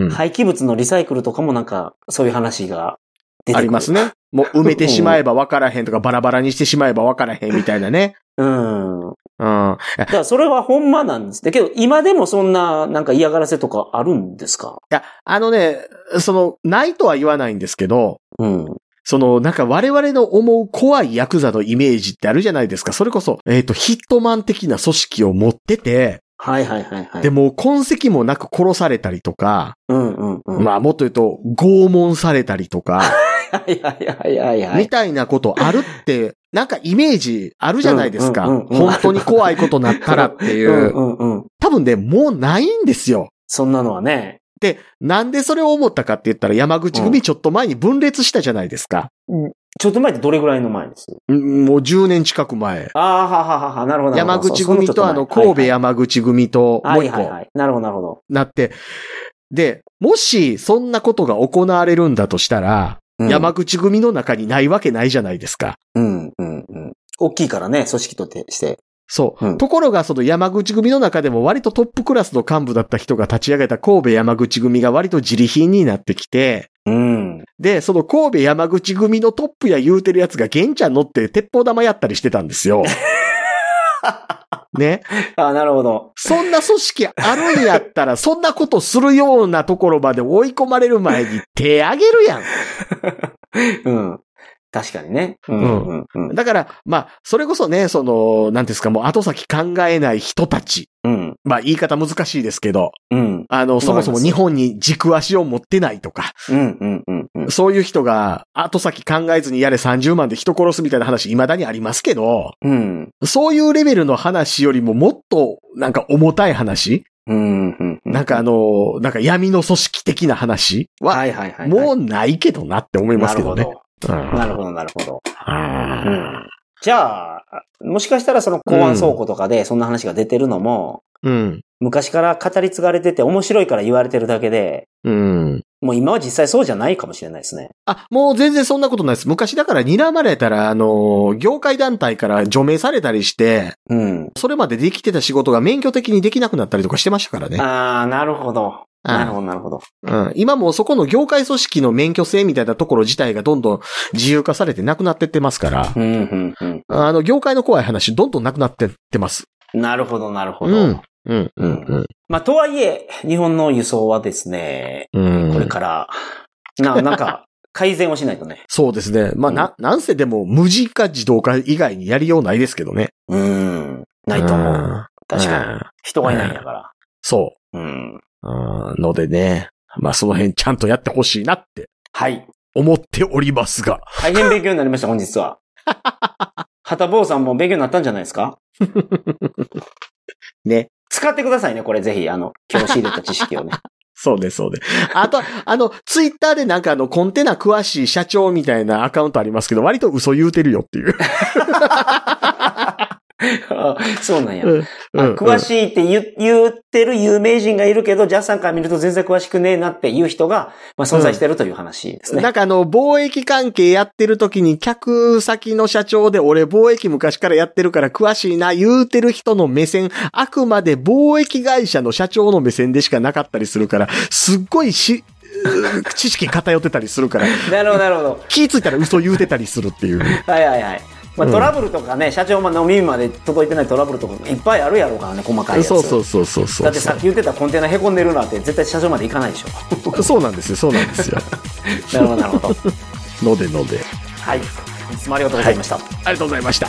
A: んうん。
B: 廃棄物のリサイクルとかもなんかそういう話が出てくる。
A: ありますね。もう埋めてしまえば分からへんとか、バラバラにしてしまえば分からへんみたいなね。
B: うん。
A: うん。
B: だからそれはほんまなんです。だけど、今でもそんな、なんか嫌がらせとかあるんですか
A: いや、あのね、その、ないとは言わないんですけど、
B: うん。
A: その、なんか我々の思う怖いヤクザのイメージってあるじゃないですか。それこそ、えっ、と、ヒットマン的な組織を持ってて、
B: はいはいはいはい。
A: で、も痕跡もなく殺されたりとか、
B: うんうんうん。
A: まあもっと言うと、拷問されたりとか、
B: はいはいはいはいは
A: み
B: い。
A: たいなことあるって、なんかイメージあるじゃないですか。
B: うんうんうんうん
A: 本当に怖いことなったらっていうう。
B: んうんうん。
A: 多分ね、もうないんですよ。
B: そんなのはね、
A: で、なんでそれを思ったかって言ったら山口組ちょっと前に分裂したじゃないですか。
B: ちょっと前ってどれぐらいの前です
A: うんもう10年近く前。
B: ああ、はははは、なるほど。なるほ
A: 山
B: ど
A: 口組とあの神戸、山口組と
B: そ
A: も
B: そうのちょっと前
A: 一
B: はいはいはい
A: 個
B: はいはい。なるほどなるほど。
A: なって。で、もしそんなことが行われるんだとしたら、
B: うん
A: 山口組の中にないわけないじゃないですか。
B: うんうんうん。大きいからね、組織として。
A: そう。
B: うん
A: ところがその山口組の中でも割とトップクラスの幹部だった人が立ち上げた神戸山口組が割と自利品になってきて、
B: うん。
A: で、その神戸山口組のトップや言うてるやつが玄ちゃん乗って鉄砲玉やったりしてたんです よ。ね。
B: ああ、なるほど。
A: そんな組織あるんやったら、そんなことするようなところまで追い込まれる前に手あげるやん。
B: うん。確かにね。うんうんうん。
A: だから、まあ、それこそね、その、なんていうんですか、もう後先考えない人たち。
B: うん。
A: まあ、言い方難しいですけど、
B: うん。
A: あの、そもそも日本に軸足を持ってないとか、
B: うんうんうんうん。
A: そういう人が後先考えずにやれ30万で人殺すみたいな話未だにありますけど、
B: うん。
A: そういうレベルの話よりももっとなんか重たい話、
B: うんうんうん
A: なんかあの、なんか闇の組織的な話は、
B: はいはいはいはい。
A: もう
B: う
A: ないけどなって思いますけどね。。
B: なるほど、なるほど。
A: うん
B: うんじゃあ、もしかしたらその公安倉庫とかでそんな話が出てるのも、
A: うん。
B: 昔から語り継がれてて面白いから言われてるだけで、
A: うん。
B: もう今は実際そうじゃないかもしれないですね。
A: あ、もう全然そんなことないです。昔だから睨まれたら、あの、業界団体から除名されたりして、
B: うん。
A: それまでできてた仕事が免許的にできなくなったりとかしてましたからね。
B: ああ、なるほど。
A: うん
B: なるほど、なるほど。
A: うん、今もうそこの業界組織の免許制みたいなところ自体がどんどん自由化されてなくなってってますから、
B: うん、うん、うん。
A: あの、業界の怖い話どんどんなくなってってます。
B: なるほど、なるほ
A: う
B: ど。
A: ん。うん、うん、
B: まあ、とはいえ、日本の輸送はですね、
A: うん。
B: こ
A: う
B: れ
A: ん。
B: から、な、なんか、改善をしないとね。
A: そうですね。まあ、な、なんせでも無人化自動化以外にやりようないですけどね。
B: うん。ないと思う。確かに。
A: うん
B: 人がいないんだから。
A: そ
B: うん。
A: う。うんのでね。まあその辺ちゃんとやってほしいなって
B: はい。
A: 思っておりますが。
B: 大変勉強になりま した、本日は。はたぼうさんも勉強になったんじゃないですか
A: ね。
B: 使ってくださいね、これぜひ、あの、今日仕入れた知識をね。
A: そうね、そうね。 あと、あの、ツイッターでなんかあの、コンテナ詳しい社長みたいなアカウントありますけど、割と嘘言うてるよっていう。
B: あそうなんや。
A: うんう
B: あ
A: ん
B: 詳しいって言う言ってる有名人がいるけど、ジャスさんから見ると全然詳しくねえなっていう人が、まあ、存在してるという話ですね。
A: なんかあの、貿易関係やってる時に客先の社長で俺貿易昔からやってるから詳しいな言うてる人の目線、あくまで貿易会社の社長の目線でしかなかったりするから、すっごいし、知識偏ってたりするから、
B: なるほど、なるほど。
A: 気ぃついたら嘘言うてたりするっていう。
B: はいはいはい。まあ、
A: うん
B: トラブルとかね、社長も飲みまで届いてないトラブルとかいっぱいあるやろうからね、細かいや つ。
A: そうそうそうそうそう。
B: だってさっき言ってたコンテナへこんでるなって絶対社長まで行かないでしょ。
A: そうなんですよ、そうなんですよ。
B: なるほど、なるほど。
A: のでので。
B: はい。いつもありがとうございました。
A: ありがとうございました。